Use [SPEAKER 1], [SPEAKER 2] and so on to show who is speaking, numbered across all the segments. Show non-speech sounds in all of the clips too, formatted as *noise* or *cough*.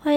[SPEAKER 1] 欢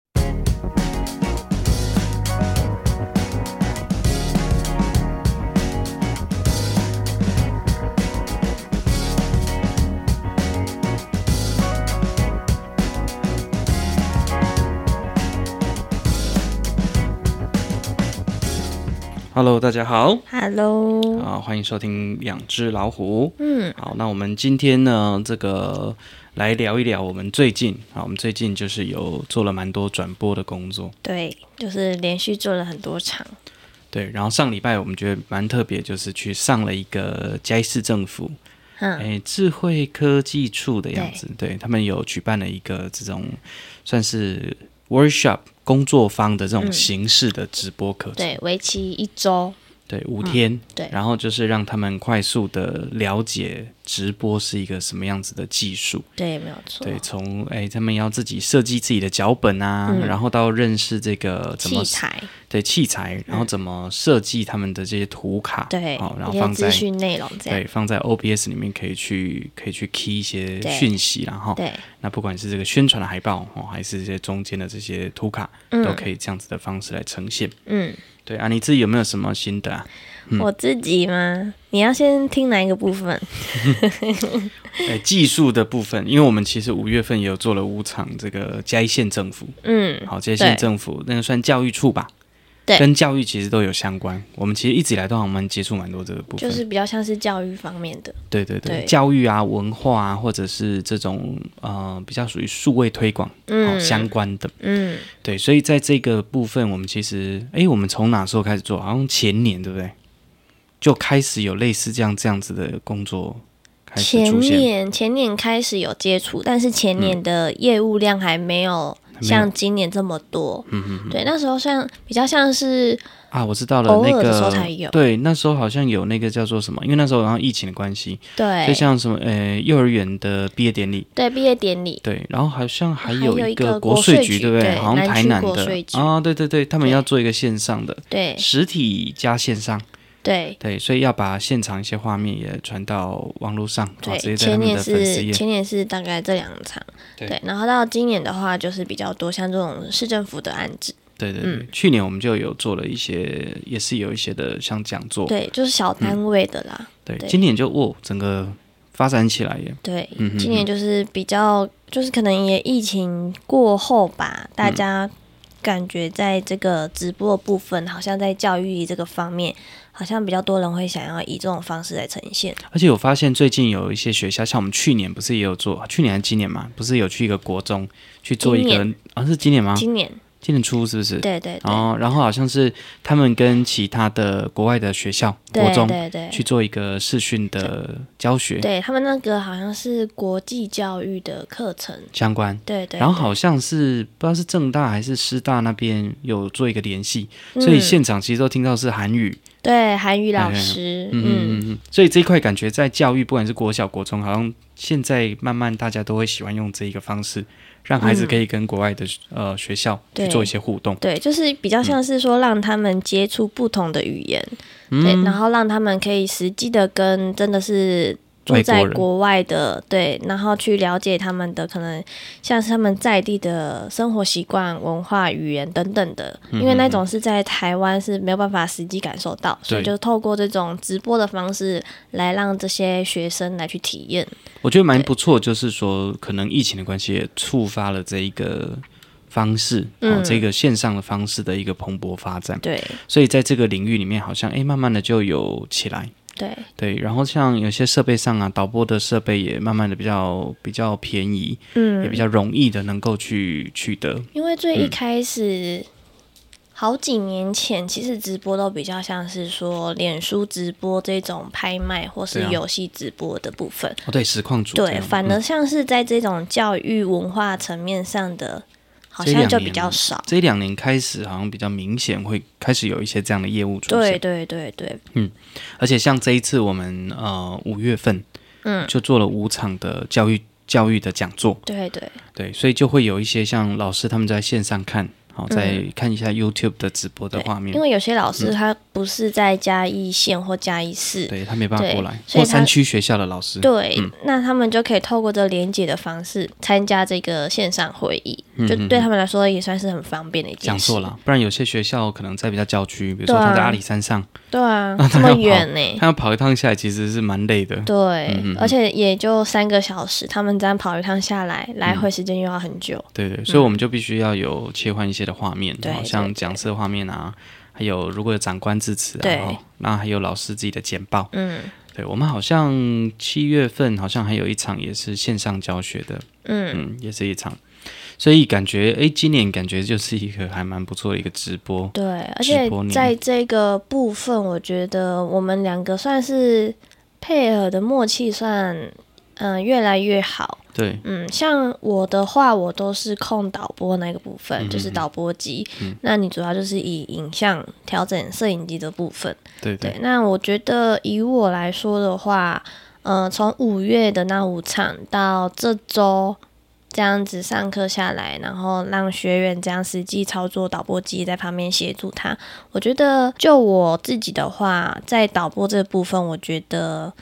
[SPEAKER 2] Hello，大家好，
[SPEAKER 1] Hello，
[SPEAKER 2] 啊，欢迎收听《两只老虎》。
[SPEAKER 1] 嗯，
[SPEAKER 2] 好，那我们今天呢，这个来聊一聊我们最近啊，我们最近就是有做了蛮多转播的工作，
[SPEAKER 1] 对，就是连续做了很多场，
[SPEAKER 2] 对。然后上礼拜我们觉得蛮特别，就是去上了一个嘉义市政府
[SPEAKER 1] 嗯，
[SPEAKER 2] 诶智慧科技处的样子，对他们有举办了一个这种算是 workshop 工作坊的这种形式的直播课程。
[SPEAKER 1] 对，为期一周，
[SPEAKER 2] 对，五天、
[SPEAKER 1] 嗯对
[SPEAKER 2] 然后就是让他们快速的了解直播是一个什么样子的技术，
[SPEAKER 1] 对，没有错，
[SPEAKER 2] 对，从哎他们要自己设计自己的脚本啊，然后到认识这个怎么
[SPEAKER 1] 嗯器材，嗯
[SPEAKER 2] 对器材，然后怎么设计他们的这些图卡，
[SPEAKER 1] 对，
[SPEAKER 2] 好、哦
[SPEAKER 1] 一
[SPEAKER 2] 然后
[SPEAKER 1] 些
[SPEAKER 2] 放
[SPEAKER 1] 资
[SPEAKER 2] 在
[SPEAKER 1] 讯内容这样，
[SPEAKER 2] 对放在 OBS 里面可以去可以去 key 一些
[SPEAKER 1] 对
[SPEAKER 2] 讯息啦，然后
[SPEAKER 1] 对，
[SPEAKER 2] 那不管是这个宣传的海报哦，还是这些中间的这些图卡，都可以这样子的方式来呈现。
[SPEAKER 1] 嗯，
[SPEAKER 2] 对啊，你自己有没有什么心得啊？
[SPEAKER 1] 我自己吗？你要先听哪一个部分？
[SPEAKER 2] 哎，技术的部分，因为我们其实五月份也有做了五场这个嘉义县政府，
[SPEAKER 1] 嗯，
[SPEAKER 2] 好，嘉义县政府那个算教育处吧，
[SPEAKER 1] 对
[SPEAKER 2] 跟教育其实都有相关。我们其实一直以来都好像蛮接触蛮多这个部分，
[SPEAKER 1] 就是比较像是教育方面的，
[SPEAKER 2] 对对对，
[SPEAKER 1] 对
[SPEAKER 2] 教育啊、文化啊，或者是这种呃比较属于数位推广哦、相关的，
[SPEAKER 1] 嗯，
[SPEAKER 2] 对，所以在这个部分，我们其实哎，我们从哪时候开始做？好像前年对不对？就开始有类似这样这样子的工作开始
[SPEAKER 1] 前
[SPEAKER 2] 出现，嗯
[SPEAKER 1] 年前年开始有接触，但是前年的业务量还没有像今年这么多。嗯嗯。对，那时候像比较像是
[SPEAKER 2] 啊，我知道了，
[SPEAKER 1] 偶
[SPEAKER 2] 那
[SPEAKER 1] 尔
[SPEAKER 2] 个
[SPEAKER 1] 的时候才有
[SPEAKER 2] 对，那时候好像有那个叫做什么，因为那时候然后疫情的关系，就
[SPEAKER 1] 对
[SPEAKER 2] 像什么呃幼儿园的毕业典礼，
[SPEAKER 1] 对毕业典礼，
[SPEAKER 2] 对，然后好像还有
[SPEAKER 1] 还有一个
[SPEAKER 2] 国
[SPEAKER 1] 国税局
[SPEAKER 2] 局，对不
[SPEAKER 1] 对
[SPEAKER 2] 好像
[SPEAKER 1] 南
[SPEAKER 2] 台
[SPEAKER 1] 区
[SPEAKER 2] 南
[SPEAKER 1] 国税
[SPEAKER 2] 的
[SPEAKER 1] 局
[SPEAKER 2] 啊，对对对，他们
[SPEAKER 1] 对
[SPEAKER 2] 要做一个线上的
[SPEAKER 1] 对
[SPEAKER 2] 实体加线上，
[SPEAKER 1] 对
[SPEAKER 2] 对，所以要把现场一些画面也传到网络上，啊，直接
[SPEAKER 1] 对，
[SPEAKER 2] 在他
[SPEAKER 1] 前
[SPEAKER 2] 们
[SPEAKER 1] 年
[SPEAKER 2] 的粉丝
[SPEAKER 1] 是
[SPEAKER 2] 页，
[SPEAKER 1] 前年是大概这两场，
[SPEAKER 2] 对
[SPEAKER 1] 对，然后到今年的话就是比较多像这种市政府的案子，
[SPEAKER 2] 对对
[SPEAKER 1] 嗯
[SPEAKER 2] 对，去年我们就有做了一些，也是有一些的像讲座，
[SPEAKER 1] 对，就是小
[SPEAKER 2] 嗯
[SPEAKER 1] 单位的啦，
[SPEAKER 2] 对，
[SPEAKER 1] 对
[SPEAKER 2] 今年就哦，整个发展起来耶，
[SPEAKER 1] 对，
[SPEAKER 2] 嗯哼
[SPEAKER 1] 今年就是比较，就是可能也疫情过后吧，大家感觉在这个直播部分，好像在教育这个方面，好像比较多人会想要以这种方式来呈现。
[SPEAKER 2] 而且我发现最近有一些学校，像我们去年不是也有做，去年还是今年嘛，不是有去一个国中去做一
[SPEAKER 1] 今
[SPEAKER 2] 个，啊是今年吗？
[SPEAKER 1] 今年，
[SPEAKER 2] 今年初是不是？
[SPEAKER 1] 对对对，
[SPEAKER 2] 哦，然后好像是他们跟其他的国外的学校、国
[SPEAKER 1] 对
[SPEAKER 2] 中
[SPEAKER 1] 对对
[SPEAKER 2] 去，做一个视讯的教学
[SPEAKER 1] 对他们那个好像是国际教育的课程，
[SPEAKER 2] 相关。
[SPEAKER 1] 对对，
[SPEAKER 2] 然后
[SPEAKER 1] 对
[SPEAKER 2] 好像是不知道是正大还是师大那边有做一个联系，所以
[SPEAKER 1] 嗯
[SPEAKER 2] 现场其实都听到是韩语，
[SPEAKER 1] 对韩语老
[SPEAKER 2] 哎
[SPEAKER 1] 师，
[SPEAKER 2] 嗯嗯
[SPEAKER 1] 嗯，
[SPEAKER 2] 嗯嗯，所以这一块感觉在教育，不管是国小、国中，好像现在慢慢大家都会喜欢用这一个方式，让孩子可以跟国外的、呃学校去
[SPEAKER 1] 嗯对
[SPEAKER 2] 做一些互动。
[SPEAKER 1] 对，就是比
[SPEAKER 2] 嗯
[SPEAKER 1] 较像是说让他们接触不同的语言，
[SPEAKER 2] 嗯
[SPEAKER 1] 对，然后让他们可以实际的跟真的是住
[SPEAKER 2] 外国
[SPEAKER 1] 在
[SPEAKER 2] 人
[SPEAKER 1] 国外的对，然后去了解他们的可能像是他们在地的生活习惯、文化、语言等等的，
[SPEAKER 2] 嗯
[SPEAKER 1] 因为那种是在台湾是没有办法实际感受到，所以
[SPEAKER 2] 对
[SPEAKER 1] 就透过这种直播的方式来让这些学生来去体验。
[SPEAKER 2] 我觉得蛮不错，就是说可能疫情的关系也触发了这一个方式，哦，
[SPEAKER 1] 嗯
[SPEAKER 2] 这个线上的方式的一个蓬勃发展，
[SPEAKER 1] 对
[SPEAKER 2] 所以在这个领域里面，好像哎慢慢的就有起来。
[SPEAKER 1] 对
[SPEAKER 2] 对，然后像有些设备上啊，导播的设备也慢慢的比较比较便宜，
[SPEAKER 1] 嗯
[SPEAKER 2] 也比较容易的能够去取得。
[SPEAKER 1] 因为
[SPEAKER 2] 嗯
[SPEAKER 1] 最一开始、好几年前，其实直播都比较像是说脸书直播这种拍卖或是
[SPEAKER 2] 对啊
[SPEAKER 1] 游戏直播的部分，
[SPEAKER 2] 哦，对，实况组这
[SPEAKER 1] 对，
[SPEAKER 2] 样
[SPEAKER 1] 反
[SPEAKER 2] 嗯
[SPEAKER 1] 而像是在这种教育文化层面上的，好
[SPEAKER 2] 这两
[SPEAKER 1] 像就
[SPEAKER 2] 年
[SPEAKER 1] 比较少。
[SPEAKER 2] 这一两年开始好像比较明显会开始有一些这样的业务出
[SPEAKER 1] 对
[SPEAKER 2] 现，
[SPEAKER 1] 对对对，
[SPEAKER 2] 而且像这一次我们呃五月份，
[SPEAKER 1] 嗯，
[SPEAKER 2] 就做了五场的教育教育的讲座，
[SPEAKER 1] 对对
[SPEAKER 2] 对，所以就会有一些像老师他们在线上看，好，再看一下 YouTube 的直播的
[SPEAKER 1] 嗯对
[SPEAKER 2] 画，面
[SPEAKER 1] 因。为有些老
[SPEAKER 2] 嗯
[SPEAKER 1] 师他不是在嘉义县或嘉义市，
[SPEAKER 2] 对他没办法
[SPEAKER 1] 对
[SPEAKER 2] 过来，
[SPEAKER 1] 所以
[SPEAKER 2] 或
[SPEAKER 1] 他
[SPEAKER 2] 山区学校的老师，
[SPEAKER 1] 对，那他们就可以透过这连接的方式参加这个线上会议，
[SPEAKER 2] 嗯
[SPEAKER 1] 就对他们来说也算是很方便的一件
[SPEAKER 2] 讲
[SPEAKER 1] 事。
[SPEAKER 2] 错了，不然有些学校可能在比较郊区，比如
[SPEAKER 1] 对
[SPEAKER 2] 说
[SPEAKER 1] 啊
[SPEAKER 2] 他在阿里山上，
[SPEAKER 1] 对啊，
[SPEAKER 2] 那
[SPEAKER 1] 这
[SPEAKER 2] 他
[SPEAKER 1] 么
[SPEAKER 2] 要跑
[SPEAKER 1] 远呢、
[SPEAKER 2] 他要跑一趟下来，其实是蛮累的。
[SPEAKER 1] 对，
[SPEAKER 2] 嗯嗯嗯
[SPEAKER 1] 而且也就三个小时，他们这样跑一趟下来，来回时间又要很久。
[SPEAKER 2] 对对，所以我们就必须要有切换一些的画面，
[SPEAKER 1] 嗯对
[SPEAKER 2] 好
[SPEAKER 1] 对
[SPEAKER 2] 像讲师的画面啊，还有如果有长官致辞
[SPEAKER 1] 对
[SPEAKER 2] 啊，哦那还有老师自己的简报。
[SPEAKER 1] 嗯
[SPEAKER 2] 对我们好像七月份好像还有一场也是线上教学的，
[SPEAKER 1] 嗯，
[SPEAKER 2] 嗯，也是一场，所以感觉诶，今年感觉就是一个还蛮不错的一个直播，
[SPEAKER 1] 对，而且
[SPEAKER 2] 直播年
[SPEAKER 1] 在这个部分，我觉得我们两个算是配合的默契算，嗯越来越好。
[SPEAKER 2] 对，
[SPEAKER 1] 嗯，像我的话，我都是控导播那个部分，就是
[SPEAKER 2] 嗯
[SPEAKER 1] 导播机。那你主要就是以影像调整摄影机的部分。
[SPEAKER 2] 对对
[SPEAKER 1] 对，那我觉得以我来说的话，呃，从五月的那五场到这周这样子上课下来，然后让学员这样实际操作导播机，在旁边协助他。我觉得就我自己的话，在导播这部分，我觉得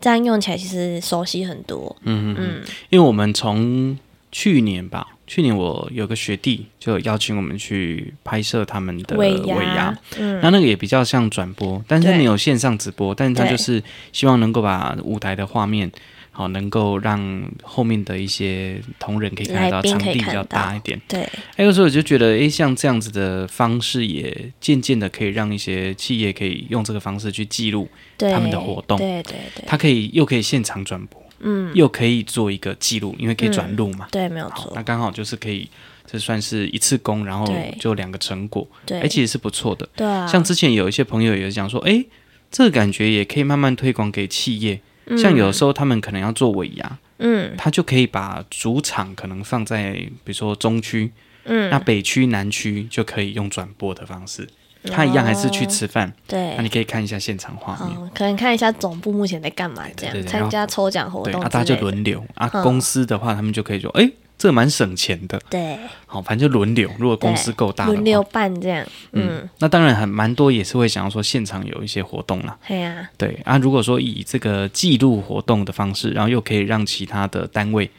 [SPEAKER 1] 这样用起来其实熟悉很多。
[SPEAKER 2] 嗯嗯嗯，因为我们从去年吧，去年我有个学弟就邀请我们去拍摄他们的
[SPEAKER 1] 尾
[SPEAKER 2] 嗯尾
[SPEAKER 1] 牙
[SPEAKER 2] 牙，
[SPEAKER 1] 嗯
[SPEAKER 2] 那那个也比较像转播，但是
[SPEAKER 1] 对
[SPEAKER 2] 没有线上直播，但是他
[SPEAKER 1] 对
[SPEAKER 2] 就是希望能够把舞台的画面。好，能够让后面的一些同仁可以看得
[SPEAKER 1] 来
[SPEAKER 2] 到，
[SPEAKER 1] 宾
[SPEAKER 2] 场
[SPEAKER 1] 可以
[SPEAKER 2] 地比
[SPEAKER 1] 看
[SPEAKER 2] 较
[SPEAKER 1] 到
[SPEAKER 2] 大一点。
[SPEAKER 1] 对，
[SPEAKER 2] 还有时候我就觉得，诶，像这样子的方式，也渐渐的可以让一些企业可以用这个方式去记录，
[SPEAKER 1] 对
[SPEAKER 2] 他们的活动
[SPEAKER 1] 对对对，
[SPEAKER 2] 它可以又可以现场转播，
[SPEAKER 1] 嗯，
[SPEAKER 2] 又可以做一个记录，因为可以转录嘛。
[SPEAKER 1] 对，没有
[SPEAKER 2] 好，
[SPEAKER 1] 错
[SPEAKER 2] 那，刚好就是可以，这算是一次工，然后
[SPEAKER 1] 对
[SPEAKER 2] 就两个成果，
[SPEAKER 1] 对，
[SPEAKER 2] 哎，其实是不错的。
[SPEAKER 1] 对啊，
[SPEAKER 2] 像之前有一些朋友也讲说，哎，这个感觉也可以慢慢推广给企业。
[SPEAKER 1] 嗯
[SPEAKER 2] 像有时候他们可能要做尾牙，
[SPEAKER 1] 嗯
[SPEAKER 2] 他就可以把主场可能放在比如说中区，那
[SPEAKER 1] 嗯，
[SPEAKER 2] 北区、南区就可以用转播的方式。他一样还是去
[SPEAKER 1] 哦
[SPEAKER 2] 吃饭，那
[SPEAKER 1] 对
[SPEAKER 2] 你。可以看一下现场画面。
[SPEAKER 1] 嗯，可能看一下总部目前在干嘛，这
[SPEAKER 2] 对
[SPEAKER 1] 样
[SPEAKER 2] 对
[SPEAKER 1] 参加抽奖活
[SPEAKER 2] 对，
[SPEAKER 1] 动
[SPEAKER 2] 啊，
[SPEAKER 1] 之
[SPEAKER 2] 大家就
[SPEAKER 1] 类的。
[SPEAKER 2] 轮流啊。
[SPEAKER 1] 嗯
[SPEAKER 2] 公司的话，他们就可以说，哎，这蛮省钱的，
[SPEAKER 1] 对，
[SPEAKER 2] 好，反正就轮流。如果公司够大的
[SPEAKER 1] 轮流
[SPEAKER 2] 话，
[SPEAKER 1] 办这样。嗯，
[SPEAKER 2] 那当然很蛮多也是会想要说现场有一些活动啦。
[SPEAKER 1] 对呀，
[SPEAKER 2] 对啊，如果说以这个记录活动的方式，然后又可以让其他的单位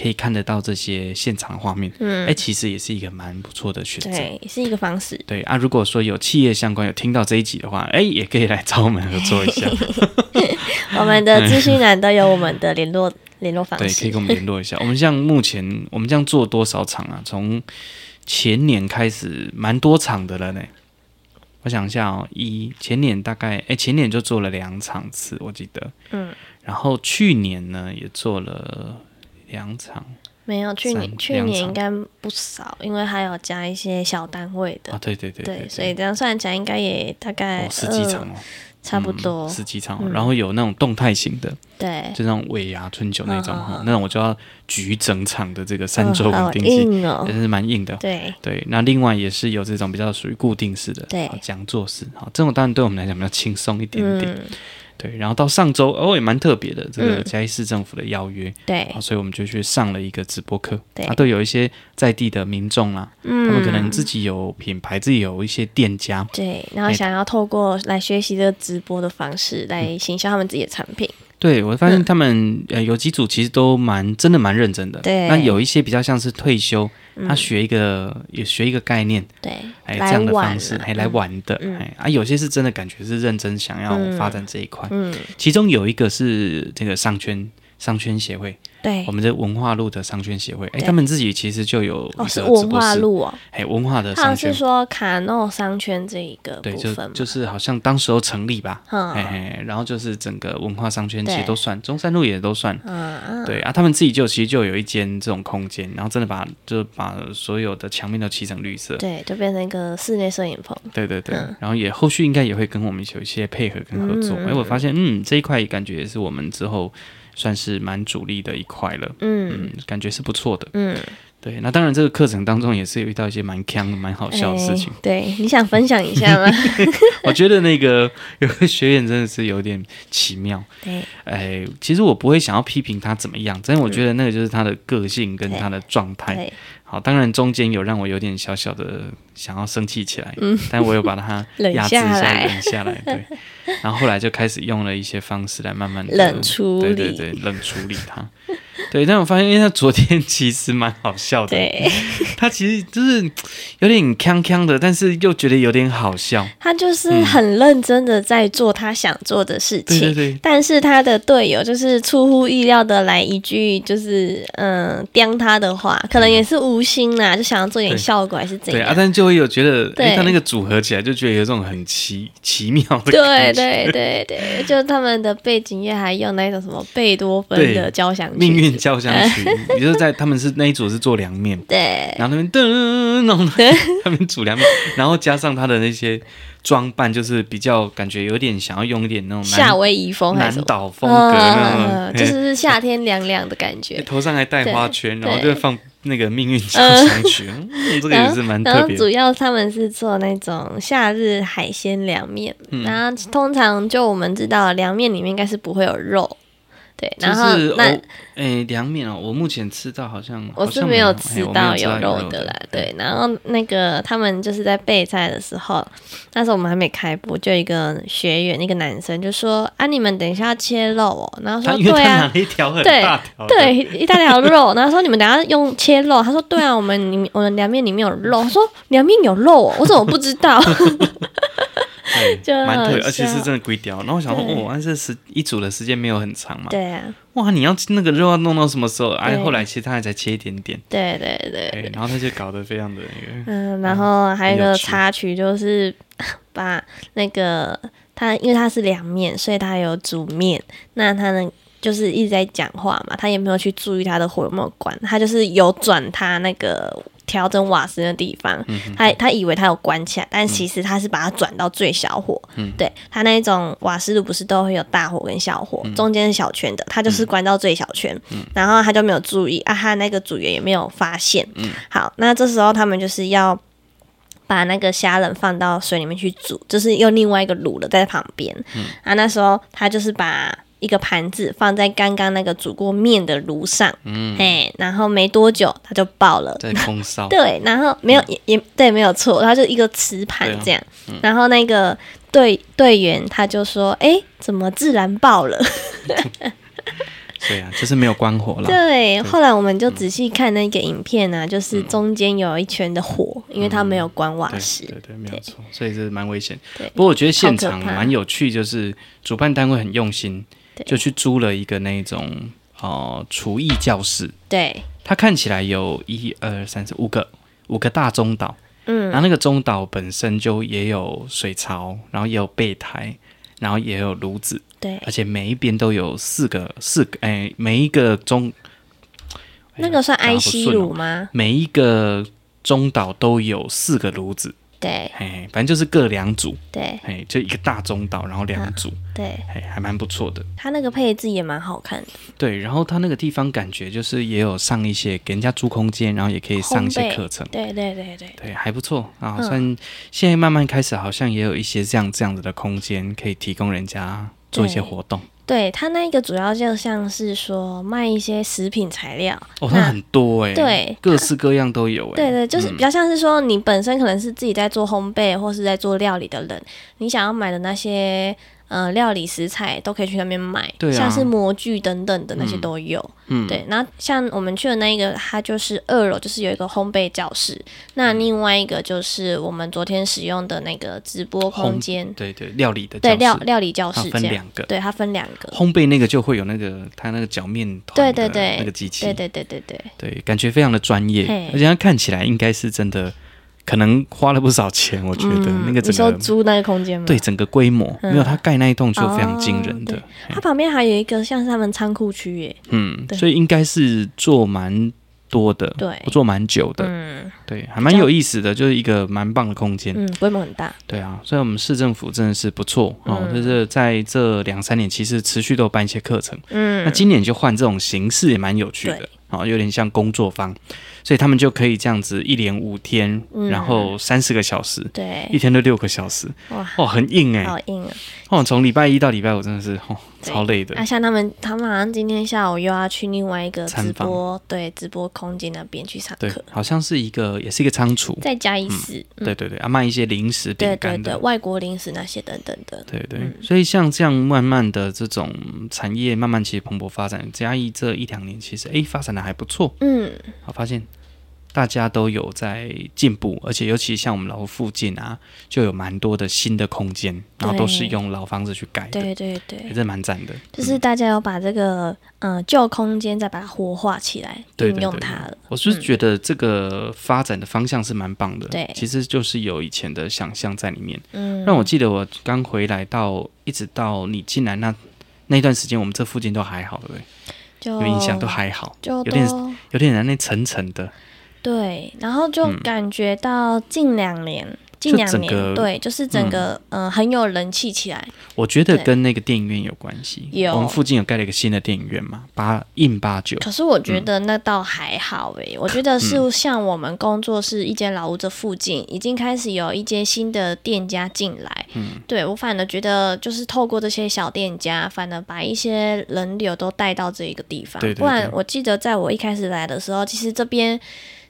[SPEAKER 2] 可以看得到这些现场画面，哎、
[SPEAKER 1] 嗯，
[SPEAKER 2] 其实也是一个蛮不错的选择。
[SPEAKER 1] 对，是一个方
[SPEAKER 2] *laughs*
[SPEAKER 1] 式。
[SPEAKER 2] 对啊，如果说有企业相关有听到这一集的话，哎，也可以来找我们合作一下，
[SPEAKER 1] 我们的资讯栏都有我们的联络 *gasps* 联络方
[SPEAKER 2] 对，可以
[SPEAKER 1] 式。
[SPEAKER 2] 跟我们联络
[SPEAKER 1] *laughs*
[SPEAKER 2] 一下。我们像目前我们这样做多少场啊？从前年开始，蛮多场的了呢。我想一下哦，一前年大概哎，前年就做了两场次，我记得，
[SPEAKER 1] 嗯，
[SPEAKER 2] 然后去年呢也做了两场
[SPEAKER 1] 没有，去年
[SPEAKER 2] 三
[SPEAKER 1] 去
[SPEAKER 2] 两
[SPEAKER 1] 年
[SPEAKER 2] 场
[SPEAKER 1] 应该不少，因为还有加一些小单位
[SPEAKER 2] 啊，
[SPEAKER 1] 的。
[SPEAKER 2] 对对对
[SPEAKER 1] 对，所
[SPEAKER 2] 对
[SPEAKER 1] 以这样算起来应该也大概
[SPEAKER 2] 哦十几
[SPEAKER 1] 二
[SPEAKER 2] 场哦，
[SPEAKER 1] 差不
[SPEAKER 2] 嗯
[SPEAKER 1] 多。
[SPEAKER 2] 十几场哦，然后有那种动态型的，
[SPEAKER 1] 对，
[SPEAKER 2] 就那种尾牙春酒那种
[SPEAKER 1] 嗯嗯
[SPEAKER 2] 哈
[SPEAKER 1] 嗯，
[SPEAKER 2] 那种我就要举整场的这个三周
[SPEAKER 1] 嗯好
[SPEAKER 2] 稳定性，嗯
[SPEAKER 1] 硬哦
[SPEAKER 2] 也。是蛮硬的。
[SPEAKER 1] 对，
[SPEAKER 2] 对，那另外也是有这种比较属于固定式的
[SPEAKER 1] 对
[SPEAKER 2] 好讲座式，好，这种当然对我们来讲比较轻松一点点。
[SPEAKER 1] 嗯，
[SPEAKER 2] 对，然后到上周哦也蛮特别的，这个
[SPEAKER 1] 嗯
[SPEAKER 2] 嘉义市政府的邀约，啊
[SPEAKER 1] 对
[SPEAKER 2] 好，，所以我们就去上了一个直播课，
[SPEAKER 1] 对
[SPEAKER 2] 啊，都有一些在地的民众啦、
[SPEAKER 1] 嗯，
[SPEAKER 2] 他们可能自己有品牌，自己有一些店家，
[SPEAKER 1] 对，然后
[SPEAKER 2] 哎
[SPEAKER 1] 想要透过来学习这个直播的方式
[SPEAKER 2] 嗯
[SPEAKER 1] 来行销他们自己的产品。
[SPEAKER 2] 对我发现他们、呃有几组其实都蛮真的蛮认真的，
[SPEAKER 1] 嗯对
[SPEAKER 2] 那有一些比较像是退休，
[SPEAKER 1] 嗯
[SPEAKER 2] 他学一个、也学一个概念，
[SPEAKER 1] 对，
[SPEAKER 2] 哎，
[SPEAKER 1] 来
[SPEAKER 2] 这样的
[SPEAKER 1] 玩
[SPEAKER 2] 方式，
[SPEAKER 1] 了
[SPEAKER 2] 哎，来玩的，
[SPEAKER 1] 嗯
[SPEAKER 2] 哎啊，有些是真的感觉是认真想要发展这一块。
[SPEAKER 1] 嗯，
[SPEAKER 2] 其中有一个是这个商圈商圈协会，
[SPEAKER 1] 对
[SPEAKER 2] 我，们的文化路的商圈协会，哎，
[SPEAKER 1] 哎对
[SPEAKER 2] 他们自己其实就有一
[SPEAKER 1] 哦，
[SPEAKER 2] 个
[SPEAKER 1] 是
[SPEAKER 2] 直
[SPEAKER 1] 文
[SPEAKER 2] 播
[SPEAKER 1] 化
[SPEAKER 2] 室，
[SPEAKER 1] 路哦，
[SPEAKER 2] 哎，文化的
[SPEAKER 1] 好像
[SPEAKER 2] 商
[SPEAKER 1] 是
[SPEAKER 2] 圈，
[SPEAKER 1] 说卡诺商圈这一个
[SPEAKER 2] 对，
[SPEAKER 1] 部
[SPEAKER 2] 就
[SPEAKER 1] 分嘛，
[SPEAKER 2] 就是好像当时候成立吧，嘿
[SPEAKER 1] 嗯
[SPEAKER 2] 嘿，然后就是整个文化商圈其实
[SPEAKER 1] 对
[SPEAKER 2] 都算，中山路也都算。
[SPEAKER 1] 嗯，
[SPEAKER 2] 对啊，他们自己就其实就有一间这种空间，然后真的把就把所有的墙面都漆成绿色，
[SPEAKER 1] 对，就变成一个室内摄影棚，
[SPEAKER 2] 对对对，然后也后续应该也会跟我们有一些配合跟合作。
[SPEAKER 1] 嗯
[SPEAKER 2] 哎、我发现，嗯，这一块感觉也是我们之后算是蛮主力的一块了，
[SPEAKER 1] 嗯
[SPEAKER 2] 嗯，感觉是不错的。
[SPEAKER 1] 嗯，
[SPEAKER 2] 对，那当然这个课程当中也是有遇到一些蛮坑的、蛮好笑的事情。
[SPEAKER 1] 哎对，你想分享一下吗？
[SPEAKER 2] *laughs* 我觉得那个有个学员真的是有点奇妙。
[SPEAKER 1] 对，
[SPEAKER 2] 哎，其实我不会想要批评他怎么样，但是我觉得那个就是他的个性跟
[SPEAKER 1] 嗯对
[SPEAKER 2] 他的状态。
[SPEAKER 1] 对，
[SPEAKER 2] 好，当然中间有让我有点小小的想要生气起来，但我有把它
[SPEAKER 1] 嗯冷
[SPEAKER 2] 压制
[SPEAKER 1] 下
[SPEAKER 2] 下
[SPEAKER 1] 来
[SPEAKER 2] 忍下来。对，然后后来就开始用了一些方式来慢慢的
[SPEAKER 1] 冷处
[SPEAKER 2] 对
[SPEAKER 1] 理
[SPEAKER 2] 对对，冷处理它。对，但我发现，因为他昨天其实蛮好笑的，
[SPEAKER 1] 对，
[SPEAKER 2] 他其实就是有点康康的，但是又觉得有点好笑。
[SPEAKER 1] 他就是很认真的在做他想做的事
[SPEAKER 2] 嗯对
[SPEAKER 1] 情。
[SPEAKER 2] 对对，
[SPEAKER 1] 但是他的队友就是出乎意料的来一句，就是嗯，刁他的话，可能也是无心啊啦，就想要做点
[SPEAKER 2] 对
[SPEAKER 1] 效果还是怎
[SPEAKER 2] 对啊，
[SPEAKER 1] 样？
[SPEAKER 2] 但就会有觉得，哎，
[SPEAKER 1] 对
[SPEAKER 2] 他那个组合起来就觉得有一种很奇奇妙的
[SPEAKER 1] 对
[SPEAKER 2] 感觉，
[SPEAKER 1] 对对对，就他们的背景乐还用那种什么贝多芬的
[SPEAKER 2] 对
[SPEAKER 1] 交响曲，
[SPEAKER 2] 命运交响曲，也就是在他们是那一组是做凉面，
[SPEAKER 1] 对
[SPEAKER 2] 然后那边噔，然后他们煮凉面，然后加上他的那些装扮，就是比较感觉有点想要用一点那种
[SPEAKER 1] 夏
[SPEAKER 2] 南
[SPEAKER 1] 威夷风还是什
[SPEAKER 2] 南
[SPEAKER 1] 么
[SPEAKER 2] 岛风格那
[SPEAKER 1] 嗯
[SPEAKER 2] 种，
[SPEAKER 1] 就
[SPEAKER 2] *laughs* 嘿
[SPEAKER 1] 是夏天凉凉的感
[SPEAKER 2] 嘿
[SPEAKER 1] 觉。
[SPEAKER 2] 头上还戴花圈，
[SPEAKER 1] 对
[SPEAKER 2] 然后就
[SPEAKER 1] 对
[SPEAKER 2] 放那个命运交响曲，嗯这个也是蛮
[SPEAKER 1] 然
[SPEAKER 2] 特
[SPEAKER 1] 后
[SPEAKER 2] 别
[SPEAKER 1] 主
[SPEAKER 2] 的。
[SPEAKER 1] 要他们是做那种夏日海鲜凉面，
[SPEAKER 2] 嗯
[SPEAKER 1] 然后通常就我们知道凉面里面应该是不会有肉，对，
[SPEAKER 2] 就
[SPEAKER 1] 然后
[SPEAKER 2] 是我
[SPEAKER 1] 那。
[SPEAKER 2] 诶凉面哦，我目前吃到好像
[SPEAKER 1] 我
[SPEAKER 2] 好
[SPEAKER 1] 是
[SPEAKER 2] 像
[SPEAKER 1] 没
[SPEAKER 2] 有
[SPEAKER 1] 有
[SPEAKER 2] 嘿
[SPEAKER 1] 吃
[SPEAKER 2] 我没
[SPEAKER 1] 到
[SPEAKER 2] 有
[SPEAKER 1] 有肉
[SPEAKER 2] 肉
[SPEAKER 1] 的啦，对。然后那个他们就是在备菜的时候，那时候我们还没开播，就有一个学员，一个男生就说：“啊，你们等一下要切肉哦。”然后
[SPEAKER 2] 他
[SPEAKER 1] 说：“
[SPEAKER 2] 因为
[SPEAKER 1] 对
[SPEAKER 2] 他
[SPEAKER 1] 啊
[SPEAKER 2] 拿。了一条很
[SPEAKER 1] 对
[SPEAKER 2] 大条的，
[SPEAKER 1] 对，一大条肉，然后说你们等一下用切肉，他说对啊，我们里面我们凉面里面有肉，他说凉面有肉、哦，我怎么不知道？
[SPEAKER 2] 对，
[SPEAKER 1] 就很
[SPEAKER 2] 蛮特别，
[SPEAKER 1] 好
[SPEAKER 2] 而且是
[SPEAKER 1] 笑
[SPEAKER 2] 真的龟雕。然后我想说，
[SPEAKER 1] 对
[SPEAKER 2] 哦，但是时一煮的时间没有很长嘛，
[SPEAKER 1] 对啊，
[SPEAKER 2] 哇，你要那个肉要弄到什么时候？哎，
[SPEAKER 1] 对
[SPEAKER 2] 后来其实他还才切一点点，
[SPEAKER 1] 对对对
[SPEAKER 2] 哎，然后他就搞得非常的
[SPEAKER 1] *laughs*
[SPEAKER 2] 那个，
[SPEAKER 1] 嗯，然后还有一
[SPEAKER 2] 很有
[SPEAKER 1] 个
[SPEAKER 2] 趣
[SPEAKER 1] 插曲就是 *laughs* 把那个他，因为他是凉面，所以他有煮面。那他呢，就是一直在讲话嘛，他也没有去注意他的火有没有关，他就是有转他那个调整瓦斯的地方，
[SPEAKER 2] 嗯
[SPEAKER 1] 他他以为他有关起来，但其实他是把它转到最小火。对，他那一种瓦斯炉不是都会有大火跟小火，中间是小圈的，他就是关到最小圈，然后他就没有注意啊，他那个组员也没有发现。好，那这时候他们就是要把那个虾仁放到水里面去煮，就是用另外一个卤的在旁边。啊，那时候他就是把一个盘子放在刚刚那个煮过面的炉上，
[SPEAKER 2] 嗯，
[SPEAKER 1] 哎、然后没多久它就爆了。
[SPEAKER 2] 在空烧，
[SPEAKER 1] 对，然后没有、
[SPEAKER 2] 嗯
[SPEAKER 1] 也也对，没有错，它就一个瓷盘这样。然后那个队队员他就说：“哎，怎么自然爆了？” *laughs*
[SPEAKER 2] 对啊，就是没有关火啦。嗯
[SPEAKER 1] 对，后来我们就仔细看那个影片啊，就是中间有一圈的火，因为它没
[SPEAKER 2] 嗯
[SPEAKER 1] 有关瓦
[SPEAKER 2] 对
[SPEAKER 1] 斯。
[SPEAKER 2] 对对，没有错，所以这蛮危险。
[SPEAKER 1] 对
[SPEAKER 2] 不过我觉得现场
[SPEAKER 1] 好可怕
[SPEAKER 2] 蛮有趣，就是主办单位很用心，
[SPEAKER 1] 对
[SPEAKER 2] 就去租了一个那种哦厨艺教室，
[SPEAKER 1] 对，
[SPEAKER 2] 它看起来有一二三四五个五个大中岛，
[SPEAKER 1] 嗯
[SPEAKER 2] 然后那个中岛本身就也有水槽，然后也有备胎，然后也有炉子，
[SPEAKER 1] 对，
[SPEAKER 2] 而且每一边都有四个四个，哎，每一个中
[SPEAKER 1] 那个算
[SPEAKER 2] 讲得
[SPEAKER 1] 埃
[SPEAKER 2] 不
[SPEAKER 1] 西
[SPEAKER 2] 顺哦
[SPEAKER 1] 乳吗？
[SPEAKER 2] 每一个中岛都有四个炉子，
[SPEAKER 1] 对
[SPEAKER 2] 哎，反正就是各两组，
[SPEAKER 1] 对
[SPEAKER 2] 哎，就一个大中岛，然
[SPEAKER 1] 嗯
[SPEAKER 2] 后两组，
[SPEAKER 1] 对，
[SPEAKER 2] 哎，还蛮不错的。
[SPEAKER 1] 它那个配置也蛮好看的，
[SPEAKER 2] 对，然后它那个地方感觉就是也有上一些给人家租空间，然后也可以上一
[SPEAKER 1] 烘
[SPEAKER 2] 些
[SPEAKER 1] 焙
[SPEAKER 2] 课程。
[SPEAKER 1] 对对对对，
[SPEAKER 2] 对，还不错啊，好
[SPEAKER 1] 嗯
[SPEAKER 2] 像现在慢慢开始，好像也有一些这样这样子的空间，可以提供人家做一些
[SPEAKER 1] 对
[SPEAKER 2] 活动。
[SPEAKER 1] 对它那一个主要就像是说卖一些食品材料，
[SPEAKER 2] 哦，
[SPEAKER 1] 那
[SPEAKER 2] 它很多哎、
[SPEAKER 1] 对
[SPEAKER 2] 各式各样都有哎、
[SPEAKER 1] 对对，就是比较像是说，你本身可能是自己在做烘焙或是在做料理的人，你想要买的那些呃料理食材都可以去那边买，
[SPEAKER 2] 对啊
[SPEAKER 1] 像是模具等等的那些都有。
[SPEAKER 2] 嗯，
[SPEAKER 1] 对，然后像我们去的那一个，它就是二楼就是有一个烘焙教室，那另外一个就是我们昨天使用的那个直播空间，
[SPEAKER 2] 对对，料理的
[SPEAKER 1] 对
[SPEAKER 2] 教室，
[SPEAKER 1] 料料理教
[SPEAKER 2] 它
[SPEAKER 1] 室
[SPEAKER 2] 啊分
[SPEAKER 1] 哦这样，
[SPEAKER 2] 两个，
[SPEAKER 1] 对，它分两个，
[SPEAKER 2] 烘焙那个就会有那个它那个搅面团
[SPEAKER 1] 对
[SPEAKER 2] 的
[SPEAKER 1] 对对
[SPEAKER 2] 那个机器，
[SPEAKER 1] 对对对对对
[SPEAKER 2] 对感觉非常的专业
[SPEAKER 1] 嘿，
[SPEAKER 2] 而且它看起来应该是真的，可能花了不少钱，我觉得、嗯那个
[SPEAKER 1] 嗯你
[SPEAKER 2] 整
[SPEAKER 1] 说
[SPEAKER 2] 个
[SPEAKER 1] 租那个空间吗？
[SPEAKER 2] 对整个规模，
[SPEAKER 1] 嗯
[SPEAKER 2] 没有它盖那一栋就非常惊人的
[SPEAKER 1] 哦，它旁边还有一个像是他们仓库区耶，
[SPEAKER 2] 嗯，
[SPEAKER 1] 对
[SPEAKER 2] 所以应该是做蛮多的，
[SPEAKER 1] 对
[SPEAKER 2] 做蛮久的，
[SPEAKER 1] 嗯
[SPEAKER 2] 对，还蛮有意思的，就是一个蛮棒的空间。
[SPEAKER 1] 嗯，规模很大，
[SPEAKER 2] 对啊，所以我们市政府真的是不错哦，
[SPEAKER 1] 嗯
[SPEAKER 2] 就是在 *laughs* 这两三年其实持续都有办一些课程，那
[SPEAKER 1] 嗯，
[SPEAKER 2] 今年就换这种形式也蛮有趣的
[SPEAKER 1] 对。
[SPEAKER 2] 哦，有点像工作坊，所以他们就可以这样子一连五天，
[SPEAKER 1] 嗯
[SPEAKER 2] 然后三十个小时，一
[SPEAKER 1] 对，
[SPEAKER 2] 天都六个小时，
[SPEAKER 1] 哇，
[SPEAKER 2] 哦，很硬哎、
[SPEAKER 1] 好硬啊！
[SPEAKER 2] 哦，从礼拜一到礼拜五真的是哦，超累的
[SPEAKER 1] 那、。像他们，他们好像今天下午又要去另外一个
[SPEAKER 2] 参
[SPEAKER 1] 直
[SPEAKER 2] 访
[SPEAKER 1] 播，对，直播空间那边去上
[SPEAKER 2] 对
[SPEAKER 1] 课，，
[SPEAKER 2] 好像是一个，也是一个仓储，
[SPEAKER 1] 再加一次，嗯
[SPEAKER 2] 对对对，啊，卖一些零食、饼
[SPEAKER 1] 对对
[SPEAKER 2] 干的
[SPEAKER 1] 对，，外国零食那些等等的，
[SPEAKER 2] 对对，所以像这样慢慢的这种产业慢慢其实蓬勃发展，嘉义这一两年其实诶发展的还不错，
[SPEAKER 1] 嗯，
[SPEAKER 2] 我发现大家都有在进步，而且尤其像我们老屋附近啊，就有蛮多的新的空间，然后都是
[SPEAKER 1] 对
[SPEAKER 2] 用老房子去改的，
[SPEAKER 1] 对对
[SPEAKER 2] 也
[SPEAKER 1] 对，
[SPEAKER 2] 是蛮赞的。
[SPEAKER 1] 就是大家要把这个嗯旧空间再把它活化起来，
[SPEAKER 2] 对
[SPEAKER 1] 运
[SPEAKER 2] 对
[SPEAKER 1] 用
[SPEAKER 2] 对
[SPEAKER 1] 它了，
[SPEAKER 2] 我是觉得这个发展的方向是蛮棒的，
[SPEAKER 1] 嗯对
[SPEAKER 2] 其实就是有以前的想象在里面。
[SPEAKER 1] 嗯，
[SPEAKER 2] 让我记得我刚回来到一直到你进来那那段时间，我们这附近都还好，对不对？
[SPEAKER 1] 就
[SPEAKER 2] 有印象都还好，
[SPEAKER 1] 就
[SPEAKER 2] 有点
[SPEAKER 1] 都
[SPEAKER 2] 有点难那层层的，
[SPEAKER 1] 对，然后就
[SPEAKER 2] 嗯
[SPEAKER 1] 感觉到近两年。近
[SPEAKER 2] 就
[SPEAKER 1] 两
[SPEAKER 2] 整
[SPEAKER 1] 年，
[SPEAKER 2] 个
[SPEAKER 1] 对，就是整个嗯、呃很有人气起来，
[SPEAKER 2] 我觉得
[SPEAKER 1] 对
[SPEAKER 2] 跟那个电影院有关系。
[SPEAKER 1] 有
[SPEAKER 2] 我们附近有盖了一个新的电影院嘛，八印八九。
[SPEAKER 1] 可是我觉得
[SPEAKER 2] 嗯
[SPEAKER 1] 那倒还好诶、我觉得是像我们工作室一间老屋这附近，已经开始有一间新的店家进来。嗯，对我反而觉得就是透过这些小店家，反而把一些人流都带到这一个地方。
[SPEAKER 2] 对对对
[SPEAKER 1] 不然我记得在我一开始来的时候，其实这边。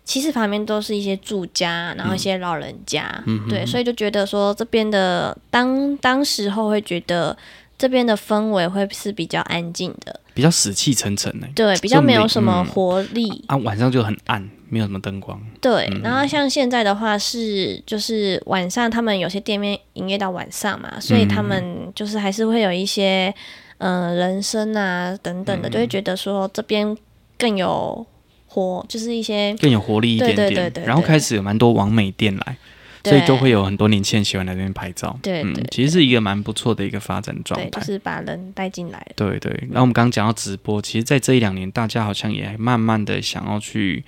[SPEAKER 1] 其实旁边都是一些住家，然后一些老人家，
[SPEAKER 2] 嗯
[SPEAKER 1] 对，所以就觉得说这边的当当时候会觉得这边的氛围会是比较安静的，
[SPEAKER 2] 比较死气沉沉呢、
[SPEAKER 1] 对，比较没有什么
[SPEAKER 2] 嗯
[SPEAKER 1] 活力。
[SPEAKER 2] 啊，晚上就很暗，没有什么灯光。
[SPEAKER 1] 对，
[SPEAKER 2] 嗯
[SPEAKER 1] 然后像现在的话是，就是晚上他们有些店面营业到晚上
[SPEAKER 2] 嗯
[SPEAKER 1] 嘛，所以他们就是还是会有一些嗯、呃人声啊等等
[SPEAKER 2] 嗯
[SPEAKER 1] 的，就会觉得说这边更有活，就是一些
[SPEAKER 2] 更有活力一点点，
[SPEAKER 1] 对对对对对
[SPEAKER 2] 然后开始有蛮多网美店来，所
[SPEAKER 1] 对
[SPEAKER 2] 以都会有很多年轻人喜欢来这边拍照。
[SPEAKER 1] 对对
[SPEAKER 2] 嗯，其实是一个蛮不错的一个发展状
[SPEAKER 1] 对，
[SPEAKER 2] 态。
[SPEAKER 1] 就是把人带进来。
[SPEAKER 2] 对对，然后我们刚刚讲到直播，其实，在这一两年，大家好像也慢慢的想要去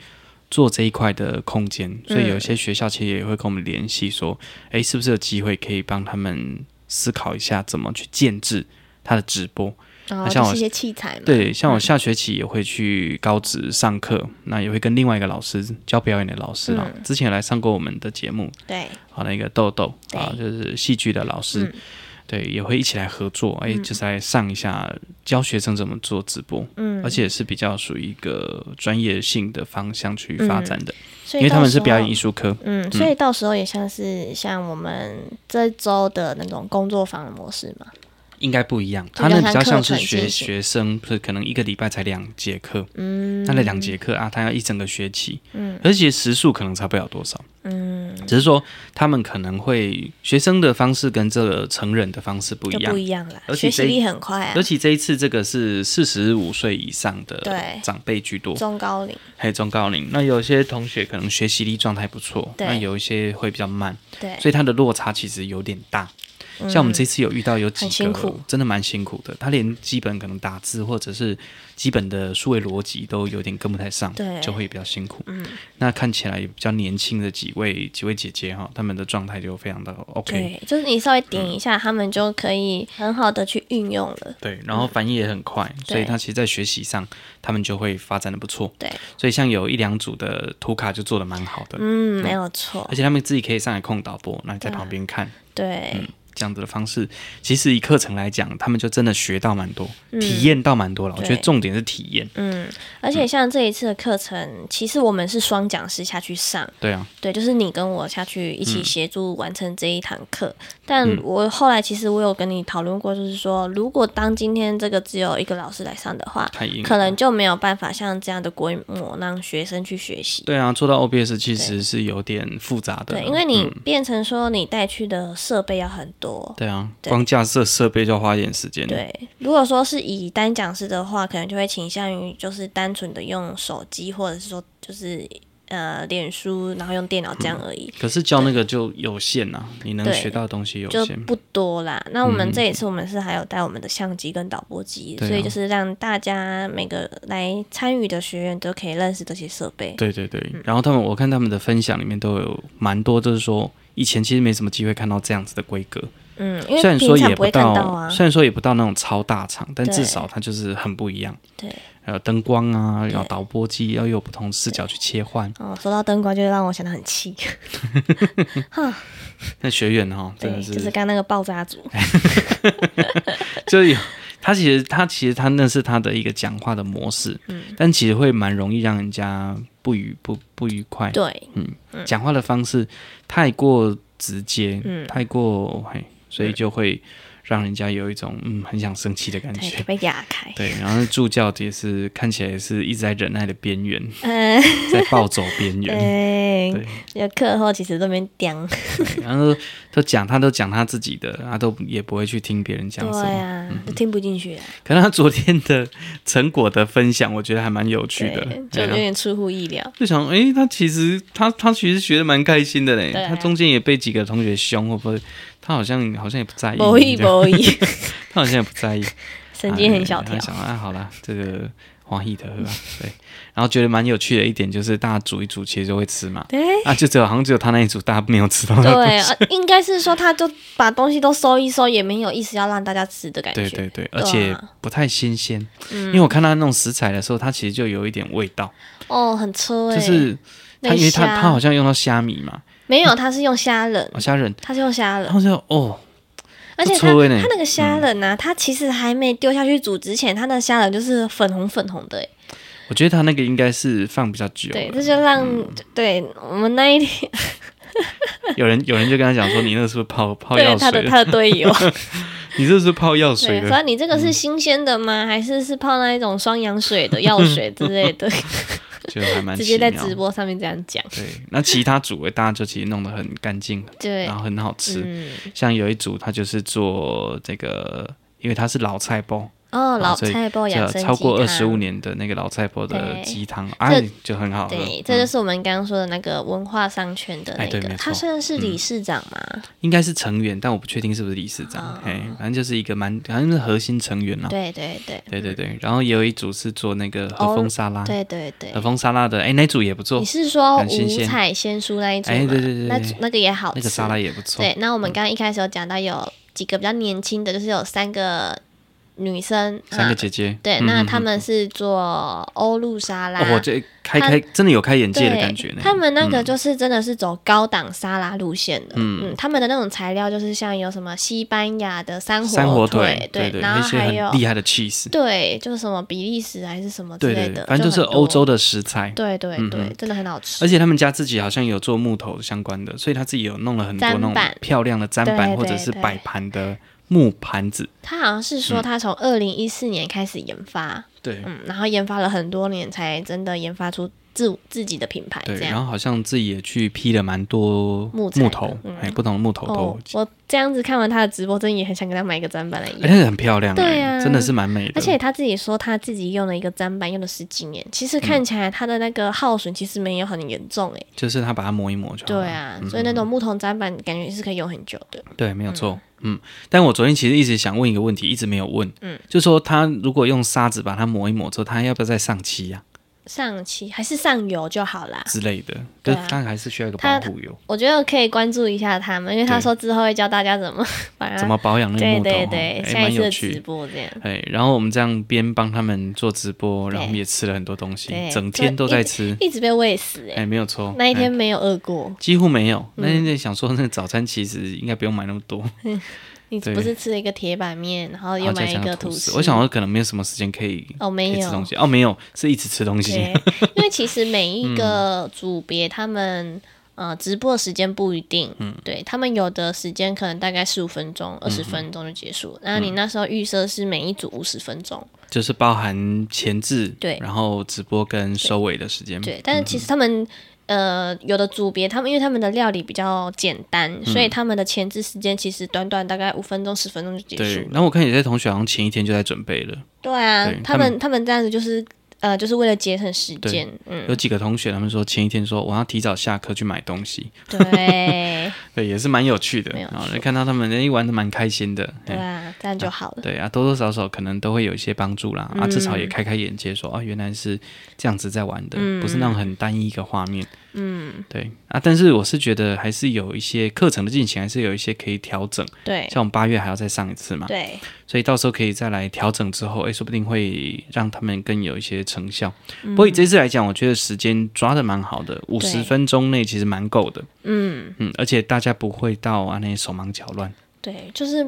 [SPEAKER 2] 做这一块的空间，所
[SPEAKER 1] 嗯
[SPEAKER 2] 以有些学校其实也会跟我们联系，说，哎、是不是有机会可以帮他们思考一下怎么去建制他的直播？
[SPEAKER 1] 然后
[SPEAKER 2] 好像
[SPEAKER 1] 就是
[SPEAKER 2] 我
[SPEAKER 1] 一些器材嘛，
[SPEAKER 2] 对，像
[SPEAKER 1] 嗯
[SPEAKER 2] 我下学期也会去高职上课，那也会跟另外一个老师教表演的老师
[SPEAKER 1] 嗯
[SPEAKER 2] 啦，之前有来上过我们的节目，
[SPEAKER 1] 对
[SPEAKER 2] 啊，那个豆豆
[SPEAKER 1] 对嗯
[SPEAKER 2] 啊，就是戏剧的老师，对，也会一起来合作，哎、就是来上一下教学生怎么做直播，
[SPEAKER 1] 嗯
[SPEAKER 2] 而且是比较属于一个专业性的方向去发展的，
[SPEAKER 1] 所以
[SPEAKER 2] 因为
[SPEAKER 1] 嗯
[SPEAKER 2] 他
[SPEAKER 1] 到
[SPEAKER 2] 们是
[SPEAKER 1] 时候
[SPEAKER 2] 表演艺术科，
[SPEAKER 1] 嗯，所以到时候也像是像我们这周的那种工作坊的模式嘛，
[SPEAKER 2] 应该不一样，
[SPEAKER 1] 就
[SPEAKER 2] 他们
[SPEAKER 1] 比较
[SPEAKER 2] 比较
[SPEAKER 1] 像
[SPEAKER 2] 像是
[SPEAKER 1] 课程
[SPEAKER 2] 学
[SPEAKER 1] 进行
[SPEAKER 2] 学生，是可能一个礼拜才两节课，
[SPEAKER 1] 嗯，
[SPEAKER 2] 那那两节课啊，他要一整个学期，
[SPEAKER 1] 嗯
[SPEAKER 2] 而且时数可能差不了多少，
[SPEAKER 1] 嗯，
[SPEAKER 2] 只是说他们可能会学生的方式跟这个成人的方式不一
[SPEAKER 1] 就
[SPEAKER 2] 样
[SPEAKER 1] 不。一样啦，
[SPEAKER 2] 而且
[SPEAKER 1] 学习
[SPEAKER 2] 这一
[SPEAKER 1] 力很快啊
[SPEAKER 2] 尤，其这一次，这个是四十五岁以上的
[SPEAKER 1] 对
[SPEAKER 2] 长辈居多，
[SPEAKER 1] 中高龄，
[SPEAKER 2] 还有中高龄。那有些同学可能学习力状态不错，
[SPEAKER 1] 对
[SPEAKER 2] 那有一些会比较慢，
[SPEAKER 1] 对，嗯
[SPEAKER 2] 所以他的落差其实有点大。像我们这次有遇到有几
[SPEAKER 1] 很辛
[SPEAKER 2] 个
[SPEAKER 1] 苦
[SPEAKER 2] 真的蛮辛苦的，他连基本可能打字或者是基本的数位逻辑都有点跟不太上，
[SPEAKER 1] 对
[SPEAKER 2] 就会比较辛苦。
[SPEAKER 1] 嗯
[SPEAKER 2] 那看起来比较年轻的几位几位姐姐哈，她们的状态就非常的 OK，
[SPEAKER 1] 对，就是你稍微点一下，他们就可以很好的去运用了。
[SPEAKER 2] 对，然后反应也很快，
[SPEAKER 1] 嗯对
[SPEAKER 2] 所以她其实在学习上，她们就会发展的不错。
[SPEAKER 1] 对，
[SPEAKER 2] 所以像有一两组的图卡就做的蛮好的，
[SPEAKER 1] 嗯，啊没有错
[SPEAKER 2] 而，且他们自己可以上来控导播，那你在旁边看。
[SPEAKER 1] 对，
[SPEAKER 2] 这样子的方式，其实以课程来讲，他们就真的学到蛮多，体验到蛮多了。我觉得
[SPEAKER 1] 嗯对
[SPEAKER 2] 重点是体验，
[SPEAKER 1] 嗯，而且像这一次的课程，其实我们是双讲师下去上，
[SPEAKER 2] 对啊，
[SPEAKER 1] 对，就是你跟我下去一
[SPEAKER 2] 嗯
[SPEAKER 1] 起协助完成这一堂课。但我后来其实我有跟你讨论过，就是说，如果当今天这个只有一个老师来上的话，
[SPEAKER 2] 太硬了。
[SPEAKER 1] 可能就没有办法像这样的规模让学生去学习。
[SPEAKER 2] 对啊，做到 OBS 其实是有点复杂的，
[SPEAKER 1] 对，因为你
[SPEAKER 2] 嗯
[SPEAKER 1] 变成说你带去的设备要很多，
[SPEAKER 2] 对啊，
[SPEAKER 1] 对
[SPEAKER 2] 光架设设备就要花一点时间。，
[SPEAKER 1] 对，如果说是以单讲师的话，可能就会倾向于就是单纯的用手机，或者是说就是呃脸书，然后用电脑这样而已，
[SPEAKER 2] 可是教那个就有限呐、啊，你能
[SPEAKER 1] 对
[SPEAKER 2] 学到的东西有
[SPEAKER 1] 就
[SPEAKER 2] 限。嗯
[SPEAKER 1] 不多啦。那我们这一次我们是还有带我们的相机跟导播机，
[SPEAKER 2] 对啊
[SPEAKER 1] 所以就是让大家每个来参与的学员都可以认识这些设备。
[SPEAKER 2] 对对对，
[SPEAKER 1] 嗯
[SPEAKER 2] 然后他们我看他们的分享里面都有蛮多，就是说以前其实没什么机会看到这样子的规格，
[SPEAKER 1] 嗯，因为
[SPEAKER 2] 虽然
[SPEAKER 1] 平
[SPEAKER 2] 说
[SPEAKER 1] 常
[SPEAKER 2] 也
[SPEAKER 1] 不会看
[SPEAKER 2] 到，
[SPEAKER 1] 到啊。
[SPEAKER 2] 虽然说也不到那种超大厂，但
[SPEAKER 1] 对
[SPEAKER 2] 至少它就是很不一样。
[SPEAKER 1] 对，
[SPEAKER 2] 还有灯光啊，
[SPEAKER 1] 对
[SPEAKER 2] 要导播机，要有不同视角去切换。
[SPEAKER 1] 哦，说到灯光，就让我想得很气，
[SPEAKER 2] 那学员哈，真
[SPEAKER 1] 对，
[SPEAKER 2] 的
[SPEAKER 1] 就是
[SPEAKER 2] 是
[SPEAKER 1] 刚那个爆炸组，
[SPEAKER 2] 就有他其实他其实他那是他的一个讲话的模式，
[SPEAKER 1] 嗯
[SPEAKER 2] 但其实会蛮容易让人家不愉不不愉快。
[SPEAKER 1] 对，
[SPEAKER 2] 讲话的方式太过直接，
[SPEAKER 1] 嗯
[SPEAKER 2] 太过嘿，所以就会让人家有一种嗯很想生气的感
[SPEAKER 1] 对，
[SPEAKER 2] 觉。
[SPEAKER 1] 被压
[SPEAKER 2] *laughs*
[SPEAKER 1] 开，
[SPEAKER 2] 对，然后助教也是看起来是一直在忍耐的边缘，
[SPEAKER 1] *laughs* 嗯，
[SPEAKER 2] 在暴走边缘。
[SPEAKER 1] 对
[SPEAKER 2] 对，
[SPEAKER 1] 有课后其实都没讲，
[SPEAKER 2] 对然后都讲他都讲他自己的，他都也不会去听别人讲什
[SPEAKER 1] 对
[SPEAKER 2] 么。嗯
[SPEAKER 1] 啊，都听不进去啊，
[SPEAKER 2] 可能他昨天的成果的分享，我觉得还蛮有趣的
[SPEAKER 1] 对，。就
[SPEAKER 2] 对
[SPEAKER 1] 有
[SPEAKER 2] 啊
[SPEAKER 1] 点出乎意料，
[SPEAKER 2] 就想，诶，他其实他他其实学的蛮开心的嘞。
[SPEAKER 1] 对啊
[SPEAKER 2] 他中间也被几个同学凶，会不会？他好像好像也不在意。
[SPEAKER 1] 某意
[SPEAKER 2] 这样
[SPEAKER 1] 某
[SPEAKER 2] *laughs*
[SPEAKER 1] 意，
[SPEAKER 2] 他好像也不在意，
[SPEAKER 1] *laughs* 神经很小
[SPEAKER 2] 哎
[SPEAKER 1] 条
[SPEAKER 2] 他，想啊，好啦，这个欢喜的喝啊，对。然后觉得蛮有趣的一点就是，大家煮一煮其实就会吃嘛，
[SPEAKER 1] 对。
[SPEAKER 2] 啊，就只有好像只有他那一组大家没有吃到的
[SPEAKER 1] 对，
[SPEAKER 2] 东西。
[SPEAKER 1] 呃应该是说他就把东西都收一收，也没有意思要让大家吃的感觉。
[SPEAKER 2] 对对对，而且
[SPEAKER 1] 啊嗯
[SPEAKER 2] 不太新鲜，因为我看他弄食材的时候，它其实就有一点味道，
[SPEAKER 1] 哦，很粗哎、
[SPEAKER 2] 就是
[SPEAKER 1] 那
[SPEAKER 2] 他因为他
[SPEAKER 1] 虾
[SPEAKER 2] 他好像用到虾米嘛，
[SPEAKER 1] 没有，他是用虾仁，
[SPEAKER 2] 哦虾仁，
[SPEAKER 1] 他是用虾
[SPEAKER 2] 然
[SPEAKER 1] 仁，
[SPEAKER 2] 后就哦，
[SPEAKER 1] 而且他
[SPEAKER 2] 粗欸呢
[SPEAKER 1] 他那个虾仁呢、他其实还没丢下去煮之前，他那虾仁就是粉红粉红的、欸，
[SPEAKER 2] 我觉得他那个应该是放比较久
[SPEAKER 1] 对，
[SPEAKER 2] 了，嗯
[SPEAKER 1] 这就让、对我们那一
[SPEAKER 2] *laughs*
[SPEAKER 1] 天
[SPEAKER 2] 有人有人就跟他讲说，你那个是不是
[SPEAKER 1] *laughs*
[SPEAKER 2] 泡泡
[SPEAKER 1] 对
[SPEAKER 2] 药
[SPEAKER 1] 他的
[SPEAKER 2] 水
[SPEAKER 1] 他
[SPEAKER 2] 了？
[SPEAKER 1] 的队友，
[SPEAKER 2] 你这是不是泡药
[SPEAKER 1] 对，
[SPEAKER 2] 水嗯了？
[SPEAKER 1] 说你这个是新鲜的吗？还是是泡那一种双氧水的药水之类的？
[SPEAKER 2] 就还 *laughs* 蛮
[SPEAKER 1] 直接在
[SPEAKER 2] 奇妙
[SPEAKER 1] 直播上面这样讲，
[SPEAKER 2] 对，那其他组位大家就其实弄得很干净，
[SPEAKER 1] 对
[SPEAKER 2] 然，后很好吃。
[SPEAKER 1] 嗯，
[SPEAKER 2] 像有一组他就是做这个，因为它是老菜包，
[SPEAKER 1] 哦，老
[SPEAKER 2] 所以
[SPEAKER 1] 菜包
[SPEAKER 2] 这
[SPEAKER 1] 养生
[SPEAKER 2] 超过
[SPEAKER 1] 鸡
[SPEAKER 2] 二
[SPEAKER 1] 汤
[SPEAKER 2] 十五年的那个老菜包的
[SPEAKER 1] 对
[SPEAKER 2] 鸡汤，哎
[SPEAKER 1] 这，
[SPEAKER 2] 就很好喝。
[SPEAKER 1] 对，这就是我们刚刚说的那个文化商圈的
[SPEAKER 2] 嗯哎
[SPEAKER 1] 那
[SPEAKER 2] 对
[SPEAKER 1] 个，
[SPEAKER 2] 没
[SPEAKER 1] 他
[SPEAKER 2] 错嗯
[SPEAKER 1] 虽然是理事长嘛，
[SPEAKER 2] 应该是成员，但我不确定是不是理事
[SPEAKER 1] 啊
[SPEAKER 2] 长。哎，反正就是一个蛮，反正是核心成员啦。
[SPEAKER 1] 对对对
[SPEAKER 2] 啊
[SPEAKER 1] 哦
[SPEAKER 2] 对对对，然后也有一组是做那个和风沙拉，
[SPEAKER 1] 对对对
[SPEAKER 2] 和。风沙拉的，哎，那组也不错
[SPEAKER 1] 你，是说
[SPEAKER 2] 很新
[SPEAKER 1] 五
[SPEAKER 2] 鲜
[SPEAKER 1] 彩鲜蔬那一组吗？
[SPEAKER 2] 哎对对对
[SPEAKER 1] 那
[SPEAKER 2] 对
[SPEAKER 1] 组那个也好吃。
[SPEAKER 2] 那个沙拉也不错。嗯
[SPEAKER 1] 对，那我们刚刚一开始有讲到有几个比较年轻的，就是有三个女生，
[SPEAKER 2] 三
[SPEAKER 1] 啊
[SPEAKER 2] 个姐姐，
[SPEAKER 1] 对，
[SPEAKER 2] 嗯
[SPEAKER 1] 那
[SPEAKER 2] 嗯
[SPEAKER 1] 他
[SPEAKER 2] 嗯
[SPEAKER 1] 们是做欧陆沙拉，
[SPEAKER 2] 哦，我这开
[SPEAKER 1] 他
[SPEAKER 2] 开真的有开眼界的
[SPEAKER 1] 对
[SPEAKER 2] 感觉呢。嗯
[SPEAKER 1] 他们那个就是真的是走高档沙拉路线的，嗯他们的那种材料就是像有什么西班牙的山
[SPEAKER 2] 三火
[SPEAKER 1] 腿，
[SPEAKER 2] 对对，
[SPEAKER 1] 然后
[SPEAKER 2] 一些
[SPEAKER 1] 还有
[SPEAKER 2] 很厉害的 cheese，
[SPEAKER 1] 对，就是什么比利时还是什么之
[SPEAKER 2] 对
[SPEAKER 1] 类
[SPEAKER 2] 对
[SPEAKER 1] 的
[SPEAKER 2] 对，，反正就是
[SPEAKER 1] 很多
[SPEAKER 2] 欧洲，的食材。
[SPEAKER 1] 对对对，
[SPEAKER 2] 嗯
[SPEAKER 1] 真的很好吃，
[SPEAKER 2] 而且他们家自己好像有做木头相关的，所以他自己有弄了很多
[SPEAKER 1] 砧
[SPEAKER 2] 那种
[SPEAKER 1] 板
[SPEAKER 2] 漂亮的砧
[SPEAKER 1] 对
[SPEAKER 2] 板或者
[SPEAKER 1] 对
[SPEAKER 2] 是
[SPEAKER 1] 对
[SPEAKER 2] 摆盘的木盘子。
[SPEAKER 1] 他好像是
[SPEAKER 2] 嗯
[SPEAKER 1] 说他从二零一四年开始研发，
[SPEAKER 2] 对
[SPEAKER 1] 嗯然后研发了很多年才真的研发出自自己的品牌
[SPEAKER 2] 对，
[SPEAKER 1] 这
[SPEAKER 2] 然
[SPEAKER 1] 样。
[SPEAKER 2] 后好像自己也去批了蛮多
[SPEAKER 1] 木
[SPEAKER 2] 木
[SPEAKER 1] 材的
[SPEAKER 2] 头
[SPEAKER 1] 嗯，
[SPEAKER 2] 哎，不同的木头
[SPEAKER 1] 哦
[SPEAKER 2] 都，，
[SPEAKER 1] 我这样子看完他的直播，真的也很想给他买一个砧板来用
[SPEAKER 2] 哎，。那个很漂亮，
[SPEAKER 1] 对啊
[SPEAKER 2] 哎，真的是蛮美的。
[SPEAKER 1] 而且他自己说他自己用了一个砧板，用了十几年，其实
[SPEAKER 2] 嗯
[SPEAKER 1] 看起来他的那个耗损其实没有很严重诶、
[SPEAKER 2] 就是他把它磨一磨就好了
[SPEAKER 1] 对啊，所以那种
[SPEAKER 2] 嗯
[SPEAKER 1] 木头砧板感觉是可以用很久的。
[SPEAKER 2] 对，没有错。嗯但我昨天其实一直想问一个问题，一直没有问。
[SPEAKER 1] 嗯，
[SPEAKER 2] 就说他如果用沙子把它磨一磨之后，他要不要再上漆呀、
[SPEAKER 1] 上漆还是上油就好啦。
[SPEAKER 2] 之类的？
[SPEAKER 1] 对
[SPEAKER 2] 就
[SPEAKER 1] 啊
[SPEAKER 2] 他还是需要一个
[SPEAKER 1] 它
[SPEAKER 2] 保护油，
[SPEAKER 1] 我觉得可以关注一下他们，因为他
[SPEAKER 2] 对
[SPEAKER 1] 说之后会教大家怎么 *laughs* 把它
[SPEAKER 2] 怎么保养那个
[SPEAKER 1] 对
[SPEAKER 2] 木头？
[SPEAKER 1] 对
[SPEAKER 2] 哈
[SPEAKER 1] 对，
[SPEAKER 2] 哎
[SPEAKER 1] 下
[SPEAKER 2] 蛮
[SPEAKER 1] 一次
[SPEAKER 2] 有
[SPEAKER 1] 的直
[SPEAKER 2] 趣。
[SPEAKER 1] 播这样。
[SPEAKER 2] 哎，然后我们这样边帮他们做直播，
[SPEAKER 1] 对
[SPEAKER 2] 然后我们也吃了很多东西
[SPEAKER 1] 对，
[SPEAKER 2] 整天都在吃。
[SPEAKER 1] 一直被喂死诶、
[SPEAKER 2] 嗯哎，没有错。
[SPEAKER 1] 那一嗯天
[SPEAKER 2] 哎
[SPEAKER 1] 没有饿过。
[SPEAKER 2] 几乎没有。那天在想说，那个早餐其实应该不用买那么多，
[SPEAKER 1] 你
[SPEAKER 2] 对啊
[SPEAKER 1] 不是吃了一个铁板面，然后
[SPEAKER 2] 然
[SPEAKER 1] 又
[SPEAKER 2] 后再
[SPEAKER 1] 买一
[SPEAKER 2] 加
[SPEAKER 1] 个
[SPEAKER 2] 上
[SPEAKER 1] 吐
[SPEAKER 2] 吐
[SPEAKER 1] 司？
[SPEAKER 2] 司。我想我可能没有什么时间可以
[SPEAKER 1] 哦，
[SPEAKER 2] 可
[SPEAKER 1] 没
[SPEAKER 2] 以
[SPEAKER 1] 有
[SPEAKER 2] 吃东西。哦，没有，是一直吃东西。
[SPEAKER 1] 对，因为其实每
[SPEAKER 2] 嗯
[SPEAKER 1] 一个组别他们。呃，直播的时间不一定，
[SPEAKER 2] 嗯
[SPEAKER 1] 对他们有的时间可能大概十五分钟、二十分钟就结束。那
[SPEAKER 2] 嗯
[SPEAKER 1] 你那时候预设是每一组五十分钟，
[SPEAKER 2] 就是包含前置，
[SPEAKER 1] 对
[SPEAKER 2] 然后直播跟收尾的时间，
[SPEAKER 1] 对。但是
[SPEAKER 2] 嗯
[SPEAKER 1] 其实他们、呃有的组别，他们因为他们的料理比较简单，
[SPEAKER 2] 嗯
[SPEAKER 1] 所以他们的前置时间其实短短大概五分钟、十分钟就结束
[SPEAKER 2] 对。
[SPEAKER 1] 了。
[SPEAKER 2] 然后我看有些同学好像前一天就在准备了，
[SPEAKER 1] 对啊，
[SPEAKER 2] 对
[SPEAKER 1] 他
[SPEAKER 2] 他们
[SPEAKER 1] 们他们这样子就是呃就是为了节省时
[SPEAKER 2] 对
[SPEAKER 1] 间，嗯，
[SPEAKER 2] 有几个同学他们说前一天说我要提早下课去买东西， *laughs*
[SPEAKER 1] 对
[SPEAKER 2] 对，也是蛮有趣的
[SPEAKER 1] 没有。
[SPEAKER 2] 然后看到他们哎玩的蛮开心的，
[SPEAKER 1] 对
[SPEAKER 2] 哎
[SPEAKER 1] 啊，这样就好了。
[SPEAKER 2] 对啊，多多少少可能都会有一些帮助啦，
[SPEAKER 1] 嗯
[SPEAKER 2] 啊，至少也开开眼界说，啊，原来是这样子在玩的，
[SPEAKER 1] 嗯
[SPEAKER 2] 不是那种很单一一个画面。嗯，对啊，但是我是觉得还是有一些课程的进行，还是有一些可以调整。
[SPEAKER 1] 对
[SPEAKER 2] 像我们八月还要再上一次嘛，
[SPEAKER 1] 对
[SPEAKER 2] 所以到时候可以再来调整之后，诶，说不定会让他们更有一些成效。不过以这次来讲，我觉得时间抓的蛮好的，五十
[SPEAKER 1] 嗯对
[SPEAKER 2] 分钟内其实蛮够的，
[SPEAKER 1] 嗯，
[SPEAKER 2] 嗯，而且大家不会到啊那手忙脚乱，
[SPEAKER 1] 对，就是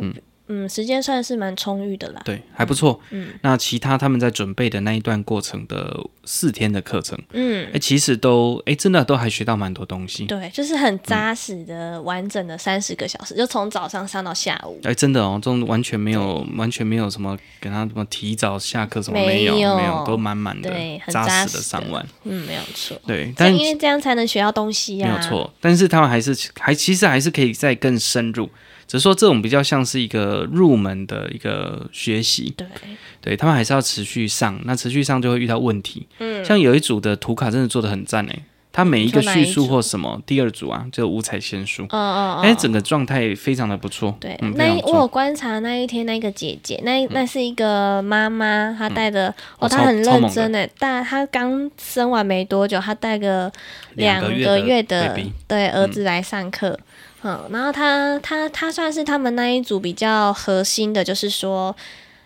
[SPEAKER 1] 嗯时间算是蛮充裕的啦。
[SPEAKER 2] 对，还不错。
[SPEAKER 1] 嗯
[SPEAKER 2] 那其他他们在准备的那一段过程的四天的课程，
[SPEAKER 1] 嗯
[SPEAKER 2] 诶，，其实都诶，真的都还学到蛮多东西。
[SPEAKER 1] 对，就是很
[SPEAKER 2] 嗯
[SPEAKER 1] 扎实的、完整的三十个小时，就从早上上到下午。
[SPEAKER 2] 哎，真的哦，这种完全没有，完全没有什么给他什么提早下课什么没有，
[SPEAKER 1] 没有
[SPEAKER 2] 没有，都满满的
[SPEAKER 1] 对，很
[SPEAKER 2] 扎
[SPEAKER 1] 扎
[SPEAKER 2] 实的
[SPEAKER 1] 实
[SPEAKER 2] 上
[SPEAKER 1] 的
[SPEAKER 2] 完，
[SPEAKER 1] 嗯，没有错。
[SPEAKER 2] 对，
[SPEAKER 1] 所
[SPEAKER 2] 但
[SPEAKER 1] 以因为这样才能学到东西
[SPEAKER 2] 没
[SPEAKER 1] 呀、
[SPEAKER 2] 有错，但是他们还是还其实还是可以再更深入，只是说这种比较像是一个入门的一个学习，
[SPEAKER 1] 对，
[SPEAKER 2] 对他们还是要持续上，那持续上就会遇到问题，
[SPEAKER 1] 嗯，
[SPEAKER 2] 像有一组的图卡真的做的很赞诶，他每一个
[SPEAKER 1] 你说哪
[SPEAKER 2] 叙
[SPEAKER 1] 一
[SPEAKER 2] 述
[SPEAKER 1] 组
[SPEAKER 2] 或什么，第二组啊，就五彩仙书，
[SPEAKER 1] 嗯嗯嗯。
[SPEAKER 2] 哎，整个状态非常的不错，
[SPEAKER 1] 对，
[SPEAKER 2] 嗯，非
[SPEAKER 1] 那
[SPEAKER 2] 常
[SPEAKER 1] 一
[SPEAKER 2] 不
[SPEAKER 1] 我有
[SPEAKER 2] 错，嗯
[SPEAKER 1] 观察那一天那个姐姐，那一那是一个妈妈，她带的、
[SPEAKER 2] 哦
[SPEAKER 1] 哦，
[SPEAKER 2] 超
[SPEAKER 1] 她很
[SPEAKER 2] 超
[SPEAKER 1] 认
[SPEAKER 2] 猛的
[SPEAKER 1] 真的，但她刚生完没多久，她带个
[SPEAKER 2] 两
[SPEAKER 1] 两
[SPEAKER 2] 个
[SPEAKER 1] 个
[SPEAKER 2] 月
[SPEAKER 1] 月
[SPEAKER 2] 的
[SPEAKER 1] 的
[SPEAKER 2] baby
[SPEAKER 1] 对儿子来上课。嗯，然后她她她算是他们那一组比较核心的，就是说，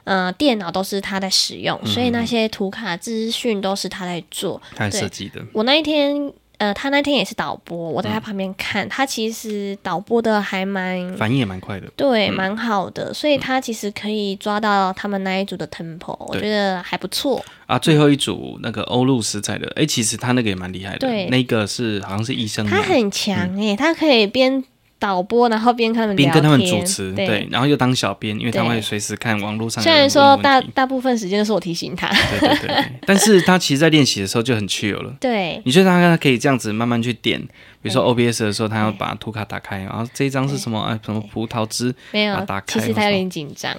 [SPEAKER 1] 呃，电脑都是她在使用，所以
[SPEAKER 2] 嗯
[SPEAKER 1] 那些图卡资讯都是她在做。
[SPEAKER 2] 他
[SPEAKER 1] 对
[SPEAKER 2] 设计的。
[SPEAKER 1] 我那一天，呃，他那天也是导播，我在他旁边看，他其实导播的还蛮
[SPEAKER 2] 嗯反应嗯也蛮快的。
[SPEAKER 1] 对，蛮好的，所以他其实可以抓到他们那一组的 tempo，我
[SPEAKER 2] 对
[SPEAKER 1] 觉得还不错。
[SPEAKER 2] 啊，最后一组那个欧陆食材的，哎、其实他那个也蛮厉害的，
[SPEAKER 1] 对
[SPEAKER 2] 那个是好像是医生
[SPEAKER 1] 他
[SPEAKER 2] 娘，
[SPEAKER 1] 很强诶、他可以边导播，然后边跟他们
[SPEAKER 2] 嗯边
[SPEAKER 1] 聊
[SPEAKER 2] 跟
[SPEAKER 1] 天，
[SPEAKER 2] 他们主持，
[SPEAKER 1] 对。
[SPEAKER 2] 对，然后又当小编，因为他
[SPEAKER 1] 对
[SPEAKER 2] 会随时看网络上有
[SPEAKER 1] 虽
[SPEAKER 2] 人
[SPEAKER 1] 然说
[SPEAKER 2] 问
[SPEAKER 1] 大
[SPEAKER 2] 问题
[SPEAKER 1] 大部分时间都是我提醒他，
[SPEAKER 2] 对对对对，但是他其实在练习的时候就很 chill 了。
[SPEAKER 1] 对
[SPEAKER 2] 你就让他可以这样子慢慢去点，比如说 OBS 的时候，他要把图卡打开，然后这一张是什么？啊，什么葡萄汁？
[SPEAKER 1] 没
[SPEAKER 2] 把它
[SPEAKER 1] 有
[SPEAKER 2] 打，开
[SPEAKER 1] 其实他有
[SPEAKER 2] 或什么
[SPEAKER 1] 点紧张，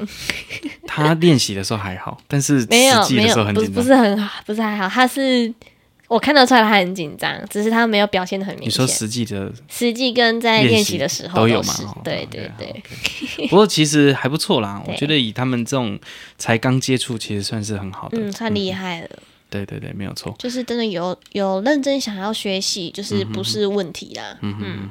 [SPEAKER 2] 他练习的时候还好，但是实
[SPEAKER 1] 没有
[SPEAKER 2] 际
[SPEAKER 1] 没
[SPEAKER 2] 的
[SPEAKER 1] 有
[SPEAKER 2] 时候，很
[SPEAKER 1] 不是
[SPEAKER 2] 紧
[SPEAKER 1] 不
[SPEAKER 2] 张。
[SPEAKER 1] 是很好，不是还好，他是我看得出来他很紧张，只是他没有表现的很
[SPEAKER 2] 你
[SPEAKER 1] 明
[SPEAKER 2] 说
[SPEAKER 1] 显。
[SPEAKER 2] 实际的
[SPEAKER 1] 实际跟在练习的时候
[SPEAKER 2] 都有嘛
[SPEAKER 1] 是？
[SPEAKER 2] 哦
[SPEAKER 1] 对
[SPEAKER 2] 对
[SPEAKER 1] 对
[SPEAKER 2] 好 *laughs*
[SPEAKER 1] 对，
[SPEAKER 2] 不过其实还不错啦，我
[SPEAKER 1] 对
[SPEAKER 2] 觉得以他们这种才刚接触，其实算是很好的。
[SPEAKER 1] 嗯，算厉害了，
[SPEAKER 2] 对对对，没有错。
[SPEAKER 1] 就是真的有有认真想要学习，就是不是问题啦。嗯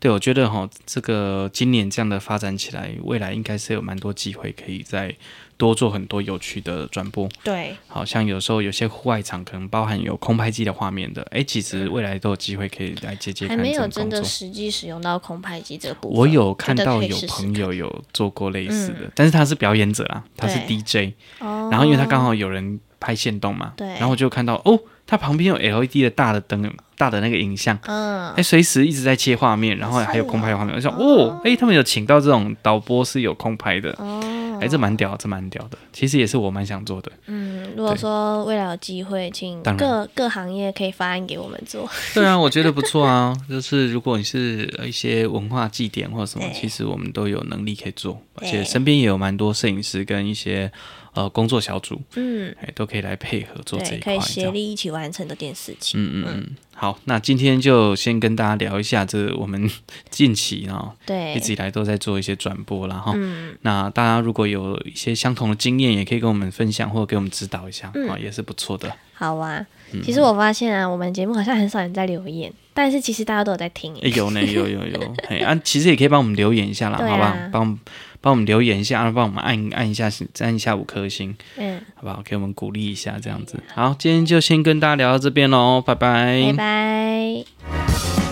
[SPEAKER 2] 对，我觉得哈，这个今年这样的发展起来，未来应该是有蛮多机会可以再多做很多有趣的转播。
[SPEAKER 1] 对，
[SPEAKER 2] 好像有时候有些户外场可能包含有空拍机的画面的，哎，其实未来都有机会可以来接接
[SPEAKER 1] 还
[SPEAKER 2] 看
[SPEAKER 1] 没
[SPEAKER 2] 这
[SPEAKER 1] 有
[SPEAKER 2] 种
[SPEAKER 1] 真
[SPEAKER 2] 工
[SPEAKER 1] 的
[SPEAKER 2] 作。
[SPEAKER 1] 实际使用到空拍机这个部分。
[SPEAKER 2] 我有看
[SPEAKER 1] 觉得
[SPEAKER 2] 到
[SPEAKER 1] 可以
[SPEAKER 2] 有
[SPEAKER 1] 试试嗯
[SPEAKER 2] 朋友有做过类似的，但是他是表演者啦，他是
[SPEAKER 1] 对
[SPEAKER 2] DJ，
[SPEAKER 1] 哦，
[SPEAKER 2] 然后因为他刚好有人拍线动嘛，
[SPEAKER 1] 对
[SPEAKER 2] 然后我就看到哦，他旁边有 LED 的大的灯，大的那个影像，
[SPEAKER 1] 嗯
[SPEAKER 2] 哎，随时一直在切画面，然后还
[SPEAKER 1] 啊
[SPEAKER 2] 有空拍画面，我想哦，哎，他们有请到这种导播是有空拍的，
[SPEAKER 1] 哦
[SPEAKER 2] 哎，这蛮屌，这蛮屌的，其实也是我蛮想做的。
[SPEAKER 1] 嗯，如果说未来有机会，请
[SPEAKER 2] 当然
[SPEAKER 1] 各各行业可以发案给我们做。
[SPEAKER 2] 对啊，我觉得不错啊，就是如果你是呃一些文化祭典或者什么，
[SPEAKER 1] 对
[SPEAKER 2] 其实我们都有能力可以做，而且
[SPEAKER 1] 对
[SPEAKER 2] 身边也有蛮多摄影师跟一些呃工作小组，
[SPEAKER 1] 嗯，
[SPEAKER 2] 哎，都可以来配合做这
[SPEAKER 1] 对，
[SPEAKER 2] 一
[SPEAKER 1] 可
[SPEAKER 2] 块。
[SPEAKER 1] 以
[SPEAKER 2] 这
[SPEAKER 1] 协
[SPEAKER 2] 样
[SPEAKER 1] 力一起完成这件事情。
[SPEAKER 2] 嗯嗯嗯，好，那今天就先跟大家聊一下，这我们 *laughs* 近期啊、
[SPEAKER 1] 对，
[SPEAKER 2] 一直以来都在做一些转播啦哈。
[SPEAKER 1] 嗯，
[SPEAKER 2] 那大家如果有一些相同的经验，也可以跟我们分享或者给我们指导一下啊、
[SPEAKER 1] 嗯
[SPEAKER 2] 也是不错的。
[SPEAKER 1] 好啊。
[SPEAKER 2] 嗯
[SPEAKER 1] 其实我发现啊，我们节目好像很少人在留言，但是其实大家都有在听耶。
[SPEAKER 2] 欸、有呢，有
[SPEAKER 1] *laughs*
[SPEAKER 2] 有有，哎啊，其实也可以帮我们留言一下啦，
[SPEAKER 1] 对啊
[SPEAKER 2] 好不好？帮我们帮我们留言一下，啊帮我们按按一下按一下五颗星，
[SPEAKER 1] 嗯，
[SPEAKER 2] 好不好？给我们鼓励一下，这样子。好，今天就先跟大家聊到这边喽，拜
[SPEAKER 1] 拜
[SPEAKER 2] 拜
[SPEAKER 1] 拜。